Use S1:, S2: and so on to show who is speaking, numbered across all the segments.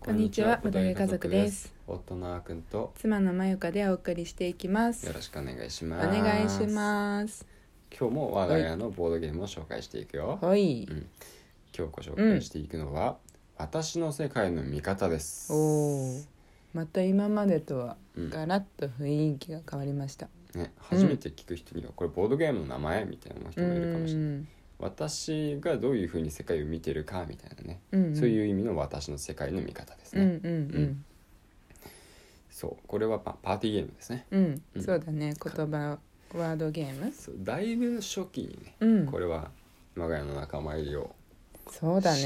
S1: こんにちは、うどゆ家族です。
S2: 夫のあーくんと
S1: 妻のまゆかでお送りしていきます
S2: よろしくお願いし
S1: お
S2: ます。
S1: 願いします
S2: す。今日も我が家のボードゲームを紹介していくよ。
S1: はい
S2: うん今日ご紹介していくのは、私の世界の見方です。
S1: おおーまた今までとは
S2: うん
S1: ガラッと雰囲気が変わりました
S2: ね、初めて聞く人にはこれボードゲームの名前みたいな人もいるかもしれない。私がどういう風に世界を見てるかみたいなね、
S1: うんうん
S2: そういう意味の私の世界の見方です
S1: う
S2: ね。
S1: んうん
S2: そう、これはパパーティーゲームですね。
S1: うんうん、
S2: うん
S1: そうだね言葉ワードゲーム
S2: そうだいぶ初期にね、
S1: うん
S2: これは我が家の仲間入りを
S1: そうだね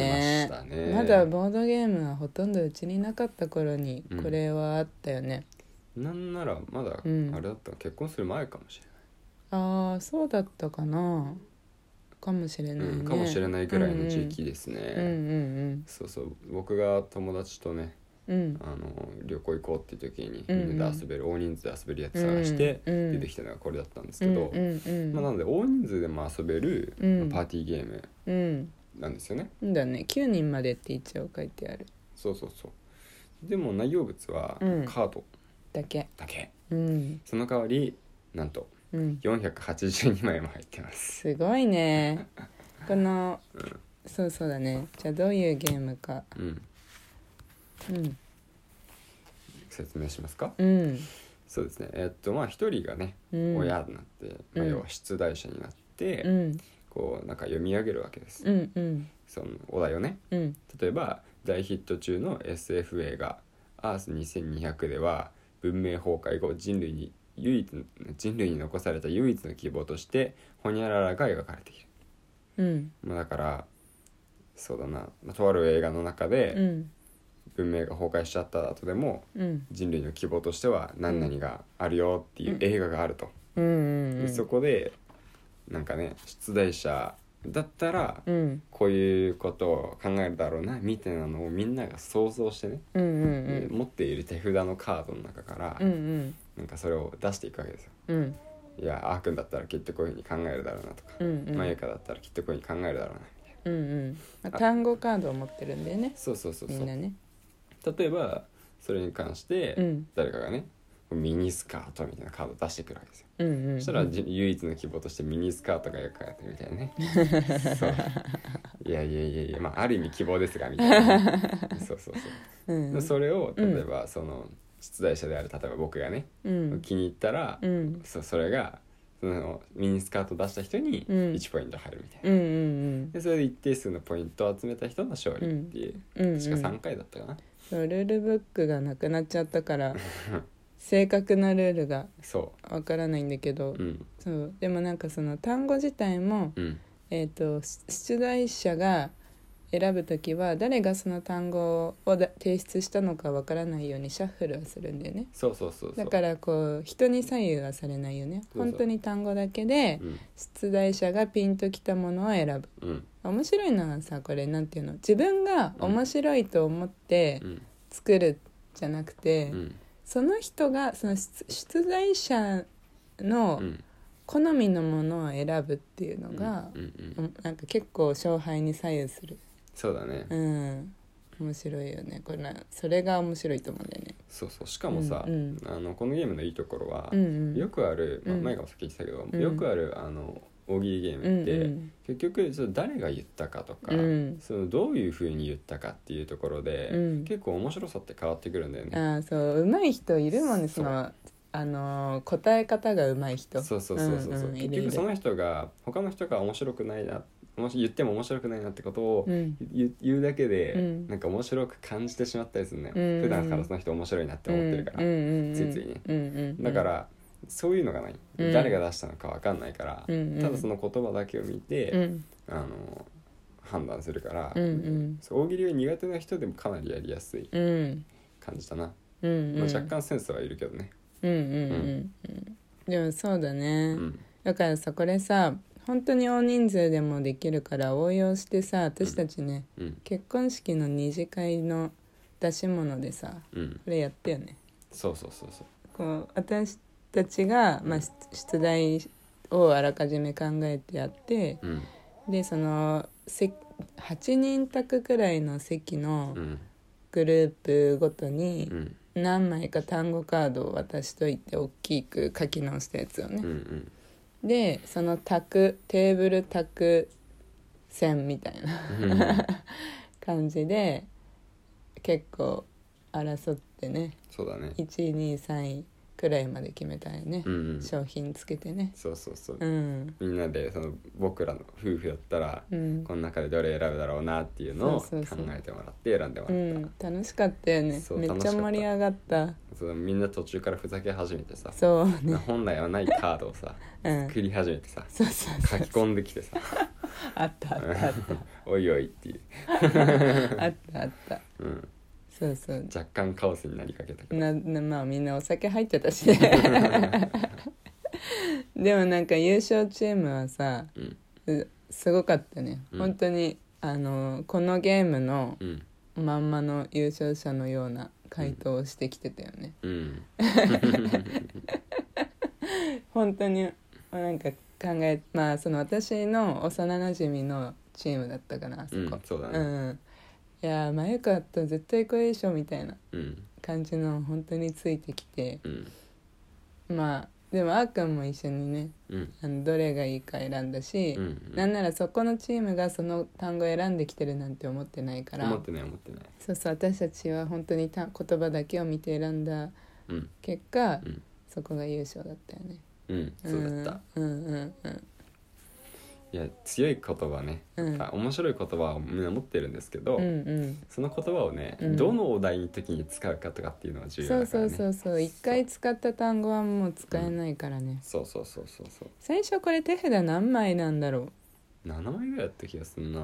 S2: しましたね
S1: まだボードゲームはほとんどうちになかった頃に
S2: うん
S1: これはあったよね、
S2: なんならまだあ
S1: うん
S2: れだったの結婚する前かもし
S1: ああそうだったかなかもしれ
S2: れな
S1: な
S2: い
S1: い、ね、
S2: うん、かもしれないぐらいの時期ですね、
S1: うんうん
S2: そうそう僕が友達とね
S1: うんうん
S2: あの旅行行こうって時に
S1: うんうん
S2: みんなで遊べる、大人数で遊べるやつ探して
S1: うん
S2: 出てきたのがこれだったんですけど、
S1: うんうん
S2: まあ、なので大人数でも遊べる、
S1: うん
S2: まあパーティーゲーム
S1: うん
S2: なんですよね
S1: うんだね9人までって一応書いてある
S2: そうそうそうでも内容物は
S1: うん
S2: カード
S1: だけ
S2: だけ、
S1: うん
S2: その代わりなんと
S1: うん
S2: 482枚も入ってます
S1: すご いねこの、そうそうだねじゃあどういうゲームか
S2: うん
S1: うん
S2: 説明しますか
S1: うん
S2: そうですねえっとまあ一人がね、
S1: うん
S2: 親になって、まあ、
S1: うん
S2: 要は出題者になって、
S1: うん
S2: こうなんか読み上げるわけです、
S1: うんうん
S2: そのお題をね
S1: うん
S2: 例えば大ヒット中の SF 映画「アース2200」では文明崩壊後人類に唯一の人類に残された唯一の希望としてホニャララが描かれている、
S1: うん
S2: まあ、だからそうだな、まあ、とある映画の中
S1: う
S2: で
S1: ん
S2: 文明が崩壊しちゃった後でも
S1: うん
S2: 人類の希望としては何々があるよっていう映画があると、
S1: うんうん
S2: でそこでなんかね出題者だったら
S1: うん
S2: こういうことを考えるだろうなみたいなのをみんなが想像してね、
S1: うんうん
S2: で持っている手札のカードの中から、
S1: うんうん
S2: なんかそれを出していくわけですよ。
S1: うん
S2: いやあーくんだったらきっとこういうふうに考えるだろうなとか、
S1: うんうん
S2: まゆかだったらきっとこういうふうに考えるだろうなみたいな
S1: うんうんまあ単語カードを持ってるんだよね
S2: そうそうそう
S1: み
S2: そ
S1: んな
S2: う
S1: ね
S2: 例えばそれに関して、
S1: うん
S2: 誰かがねミニスカートみたいなカードを出してくるわけですよ。
S1: うんうんうん
S2: そしたらじ唯一の希望としてミニスカートが描かれてるみたいなね そういやいやいやいや、まあ、ある意味希望ですがみたいなね、そうそうそう
S1: うん
S2: でそれを
S1: うん
S2: 例えばその出題者である例えば僕がね、
S1: うん
S2: 気に入ったら、
S1: うん
S2: そそれがそのミニスカート出した人に
S1: うん
S2: 1ポイント入るみたいな、
S1: うんうん
S2: でそれで一定数のポイントを集めた人の勝利っていう、
S1: うんうんうん
S2: 確か3回だったかな、
S1: そうルールブックがなくなっちゃったから正確なルールが
S2: そ
S1: わからないんだけど、
S2: ううん
S1: そうでもなんかその単語自体も、
S2: うん
S1: えー、とし出題者が選ぶ時は誰がその単語をだ提出したのかわからないようにシャッフルはするんだよね
S2: そうそうそうそう
S1: だからこう人に左右はされないよ
S2: そう
S1: ね
S2: そう
S1: 本当に単語だけで
S2: うん
S1: 出題者がピンときたものを選ぶ
S2: うん
S1: 面白いのはさこれなんていうの自分が面白いと思って
S2: うん
S1: 作るじゃなくて、
S2: うん
S1: その人がその出出題者の
S2: うん
S1: 好みのものを選ぶっていうのが、
S2: うんうん
S1: う、んなんか結構勝敗に左右する
S2: そうだね、
S1: うん面白いよねこれなそれが面白いと思うんだよね
S2: そうそうしかもさ、
S1: うん
S2: あのこのゲームのいいところは、
S1: うんうん
S2: よくある、まあ、
S1: うん
S2: 前から先言ってたけど、
S1: うん
S2: よくあるあの大喜利ゲームって、
S1: うん
S2: 結局その誰が言ったかとか、
S1: うん
S2: そのどういうふうに言ったかっていうところで、
S1: うん
S2: 結構面白さって変わってくるんだよ
S1: うん、
S2: ね。
S1: ああそう上手い人いるもんね
S2: そ
S1: そうのあのー答え方が上手い人
S2: そうそうそうそうそう、
S1: んんい
S2: 結
S1: るいる
S2: 局その人が他の人が面白くないなもし言っても面白くないなってことを、
S1: うん
S2: 言う言うだけで、
S1: うん
S2: なんか面白く感じてしまったりするんだよ、
S1: うん
S2: 普段からその人面白いなって思ってるから、
S1: うんうんうん
S2: ついついね
S1: うんうんうん
S2: だから、そういうのがない、
S1: うん
S2: 誰が出したのかわかんないから、
S1: うんうん
S2: ただその言葉だけを見て、
S1: うん
S2: あの判断するから、
S1: うんうん
S2: そう大喜利が苦手な人でもかなりやりやすい
S1: うん
S2: 感じだな、
S1: うんうん
S2: まあ、若干センスはいるけどね、
S1: うんうんうんうんでもそうだね、
S2: うん
S1: だからさこれさ本当に大人数でもできるから応用してさ私たちね、
S2: うん
S1: 結婚式の二次会の出し物でさ
S2: うん、
S1: これやったよね
S2: そうそうそうそう
S1: こう私たちが、まあ、出出題をあらかじめ考えてやって
S2: うん
S1: でその席8人宅くらいの席の
S2: うん
S1: グループごとに
S2: うん
S1: 何枚か単語カードを渡しといて大きく書き直したやつを
S2: うんう
S1: ね、
S2: ん
S1: でその卓テーブル卓線みたいな
S2: うん うん
S1: 感じで結構争ってね
S2: そうだね
S1: 123位くらいまで決めたいね
S2: う、んうん
S1: 商品つけてね
S2: そうそうそう
S1: うん
S2: みんなでその僕らの夫婦だったら
S1: うん、
S2: この中でどれ選ぶだろうなっていうのを考
S1: そうそうそう
S2: えてもらって選んでも
S1: う
S2: らった
S1: ん、楽しかったよね
S2: そう
S1: めっ
S2: 楽し
S1: ち
S2: か
S1: ゃ
S2: った
S1: 盛り上がった
S2: そのみんな途中からふざけ始めてさ
S1: そうね
S2: 本来はないカードをさ
S1: うん
S2: 作り始めてさ
S1: そうそうそ
S2: 書
S1: う
S2: き込んできて さ
S1: あったあったあっ
S2: 「おいおい」っていう、
S1: たあったあった
S2: うん、
S1: そうそう
S2: 若干カオスになりかけたけど
S1: ななまあみんなお酒入ってたし ねでもなんか優勝チームはさ
S2: うん
S1: うすごかったね、
S2: うん
S1: 本当にあのこのゲームの
S2: うん
S1: まんまの優勝者のような回答をしてきてたよね、
S2: うん
S1: 本当になんか考えまあその私の幼なじみのチームだったからあそこ、
S2: うんそうだ
S1: う
S2: ね
S1: んいやー迷子だったら絶対これでしょみたいな
S2: うん
S1: 感じの本当についてきて
S2: うん
S1: まあでもあーくんも一緒にね
S2: うん
S1: あのどれがいいか選んだし
S2: う、ん
S1: なんならそこのチームがその単語を選んできてるなんて思ってないから
S2: 思ってない思ってない
S1: そうそう私たちは本当にた言葉だけを見て選んだ
S2: うん
S1: 結果、
S2: うん
S1: そこが優勝だったよね
S2: うんそうだった
S1: うんうんうん
S2: いや強い言葉ね
S1: うん
S2: あ面白い言葉をみんな持ってるんですけど、
S1: うんうん
S2: その言葉をね、
S1: うん
S2: どのお題の時に使うかとかっていうのは重要
S1: そう
S2: だか
S1: そ
S2: らね
S1: うそうそう一回使った単語はもう使えないからね、
S2: そうそうそうそうそう
S1: 最初これ手札何枚なんだろう
S2: 7枚ぐらいやった気がするな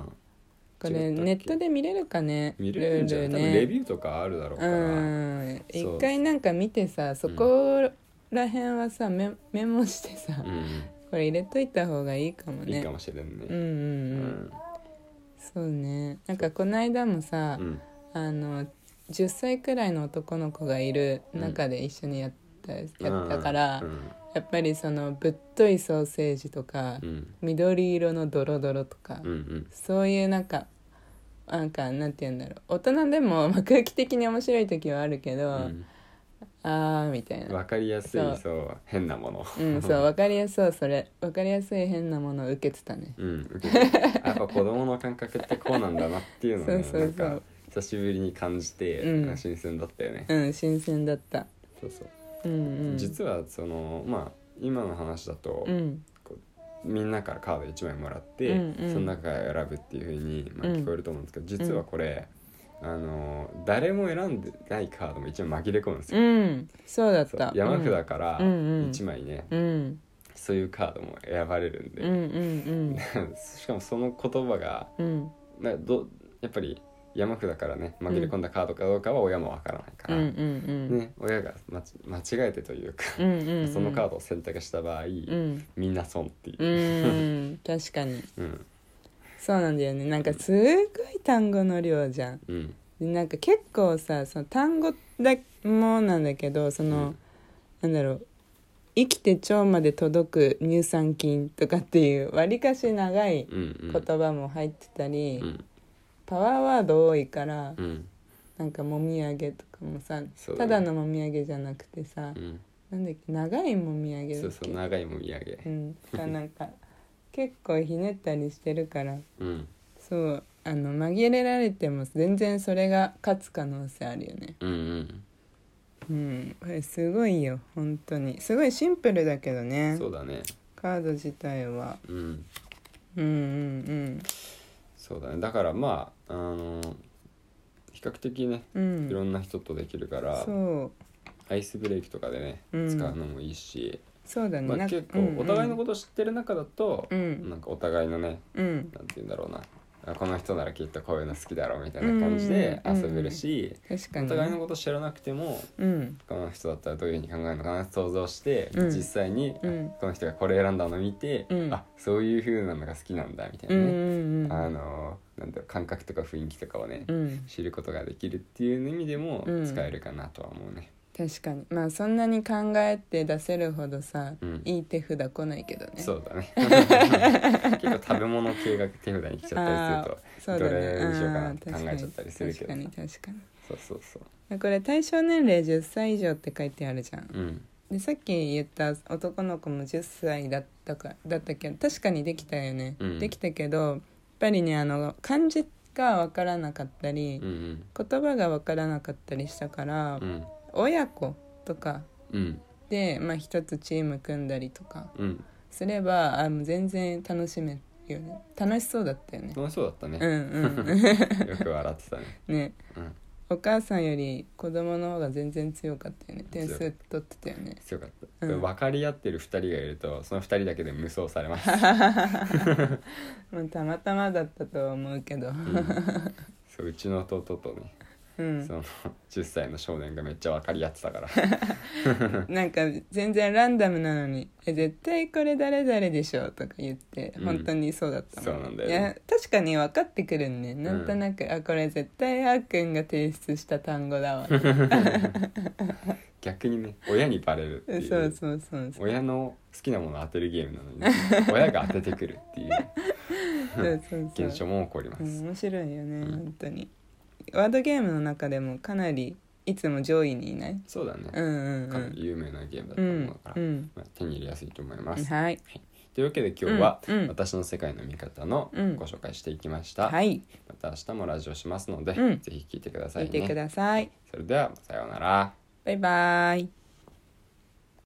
S1: こ
S2: 違
S1: れ
S2: ったっけ
S1: ネットで見れるかね
S2: 見れるんじゃない、
S1: ル
S2: 多
S1: ール
S2: 分
S1: ね
S2: レビューとかあるだろうから、
S1: うん
S2: そう
S1: 一回なんか見てさそこら辺はさメメモしてさ、
S2: う
S1: これ入れといた方がいいかも
S2: ん、い
S1: ね
S2: いかもしれん
S1: うん
S2: ね。
S1: う
S2: う
S1: んうん、
S2: ん、
S1: そうねなんかこの間もさ、
S2: うん、
S1: あの10歳くらいの男の子がいる中で一緒にやった,、やったから、
S2: うん、
S1: やっぱりそのぶっといソーセージとか、
S2: うん、
S1: 緑色のドロドロとか、
S2: うん、うん、
S1: そういうなんかなんかなんて言うんだろう大人でも、まあ、空気的に面白い時はあるけど、
S2: うん
S1: あーみたいな、
S2: わかりやすい
S1: そ
S2: そうう変なもの。
S1: うん、そう分かりやすそうそれ分かりやすい変なものを受けてたね
S2: うん、受けてるやっぱ子供の感覚ってこうなんだなっていうのをね、
S1: そうそうそう
S2: なんか久しぶりに感じて、
S1: うん
S2: 新鮮だったよね。
S1: うん新鮮だった
S2: そうそう。
S1: うんうん
S2: 実はそのまあ今の話だと、
S1: うん
S2: みんなからカード1枚もらって、
S1: うんうん
S2: その中から選ぶっていうふうに、まあ、
S1: うん
S2: 聞こえると思うんですけど、実はこれ、あの誰も選んでないカードも一枚紛れ込むんですよ。
S1: うんそうだっ
S2: そう
S1: た
S2: 山札から
S1: うんうんうん
S2: 1枚ね、
S1: うん
S2: そういうカードも選ばれるん
S1: うんう
S2: で、
S1: んうん
S2: しかもその言葉が
S1: うん
S2: などやっぱり山札からね紛れ込んだカードかどうかは親もわからないか
S1: うんう
S2: ら、
S1: んうん
S2: ね、親がまち間違えてというか、
S1: うんうんうん
S2: そのカードを選択した場合、
S1: うん
S2: みんな損っていうう。
S1: ん確かに
S2: うん
S1: そうなんだよねなんかすごい単語の量じゃん
S2: うん
S1: でなんか結構さその単語だもなんだけどその、なんだろう生きて腸まで届く乳酸菌とかっていうわりかし長い
S2: うんうん
S1: 言葉も入ってたり、
S2: うん
S1: パワーワード多いから、
S2: うん
S1: なんかもみあげとかもさ、
S2: そうだ
S1: た
S2: ね
S1: だのもみあげじゃなくてさ、
S2: うん
S1: なんだっけ長いもみあげだっ
S2: そ
S1: け
S2: うそう長いもみあげ
S1: うん、とかなんか結構ひねったりしてるから
S2: うん
S1: そうあの紛れられても全然それが勝つ可能性あるよね。
S2: うんうん
S1: うん、これすごいよ本当にすごいシンプルだけどね
S2: そうだね
S1: カード自体は
S2: うん
S1: うんうん
S2: そうだねだからまああの比較的ね
S1: うんう
S2: いろ
S1: ん
S2: んな人とできるから、
S1: そう
S2: アイスブレイクとかでね、
S1: うん
S2: 使うのもいいし、
S1: そうだね、
S2: まあ、
S1: なんか
S2: 結構お互いの
S1: こ
S2: こと知ってる中だと、
S1: うん
S2: なんかお互いのね
S1: とうん
S2: なんて言うんだろうなあこの人ならきっとこういうの好きだろうみたいな感じで
S1: うんうん
S2: 遊べるし、
S1: 確かに
S2: お互いのこと知らなくても
S1: うん
S2: この人だったらどういうふうに考えるのかなって想像して、
S1: うん
S2: 実際に、
S1: うん
S2: この人がこれ選んだのを見て、
S1: うん
S2: あそういう風なのが好きなんだみたい
S1: うんう
S2: なね、
S1: んうん
S2: あのなんだろう感覚とか雰囲気とかをね、
S1: うん
S2: 知ることができるっていう意味でも
S1: うん
S2: 使えるかなとは思うね。
S1: 確かにまあそんなに考えて出せるほどさ、
S2: うん
S1: いい手札来ないけどね
S2: そうだね結構食べ物系が手札に来ちゃったりすると
S1: そうだね
S2: どれにしようかなって
S1: あー
S2: 考えちゃったりするけど
S1: 確かに確かに確かに
S2: そうそうそう
S1: これ対象年齢10歳以上って書いてあるじゃん
S2: うん
S1: でさっき言った男の子も10歳だったかだったけど確かにできたよね、
S2: うん
S1: できたけどやっぱりねあの漢字が分からなかったり
S2: う、ん
S1: 言葉が分からなかったりしたから、
S2: うんうん
S1: 親子とか
S2: うん
S1: で、まあ、一つチーム組んだりとか
S2: うん
S1: すればあもう全然楽しめるよね楽しそうだったよね、
S2: 楽しそうだった
S1: う
S2: ね、
S1: んうん
S2: よく笑ってたね
S1: ね
S2: うん
S1: お母さんより子供の方が全然強かったよね点
S2: 強かった
S1: 数取ってたよね
S2: 強かった、
S1: うん
S2: 分かり合ってる2人がいるとその2人だけで無双されます
S1: まあたまたまだったとは思うけど
S2: うんそううちの弟とね、
S1: うん
S2: その10歳の少年がめっちゃ分かり合ってたから
S1: なんか全然ランダムなのに「え絶対これ誰々でしょ」とか言って
S2: うん
S1: 本当にそうだったも
S2: そうなん
S1: ん
S2: だよ
S1: い
S2: ね
S1: や確かに分かってくるんねなんとなく、あこれ絶対あーくんが提出した単語 だわそ
S2: 逆にね親にバレるっていう
S1: うそうそうそうそう
S2: 親の好きなものを当てるゲームなのに、ね、親が当ててくるっていう
S1: そうそう
S2: 現象も起こりま
S1: う
S2: す、
S1: ん面白いよね、
S2: うん
S1: 本当にワードゲームの中でもかなりいつも上位にいない
S2: そうだね
S1: う、んうんう
S2: かなり
S1: ん
S2: 有名なゲームだ
S1: う
S2: と思うんから、
S1: うん
S2: まあ、手に入れやすいと思います、
S1: はい
S2: というわけで今日は、
S1: うんうん
S2: 私の世界の見方の
S1: うん
S2: ご紹介していきました、
S1: はい
S2: また明日もラジオしますので、
S1: うん
S2: ぜひ聞いてくださ
S1: 聞い
S2: い
S1: てく
S2: ね
S1: ださい
S2: それではさようなら
S1: バイバイ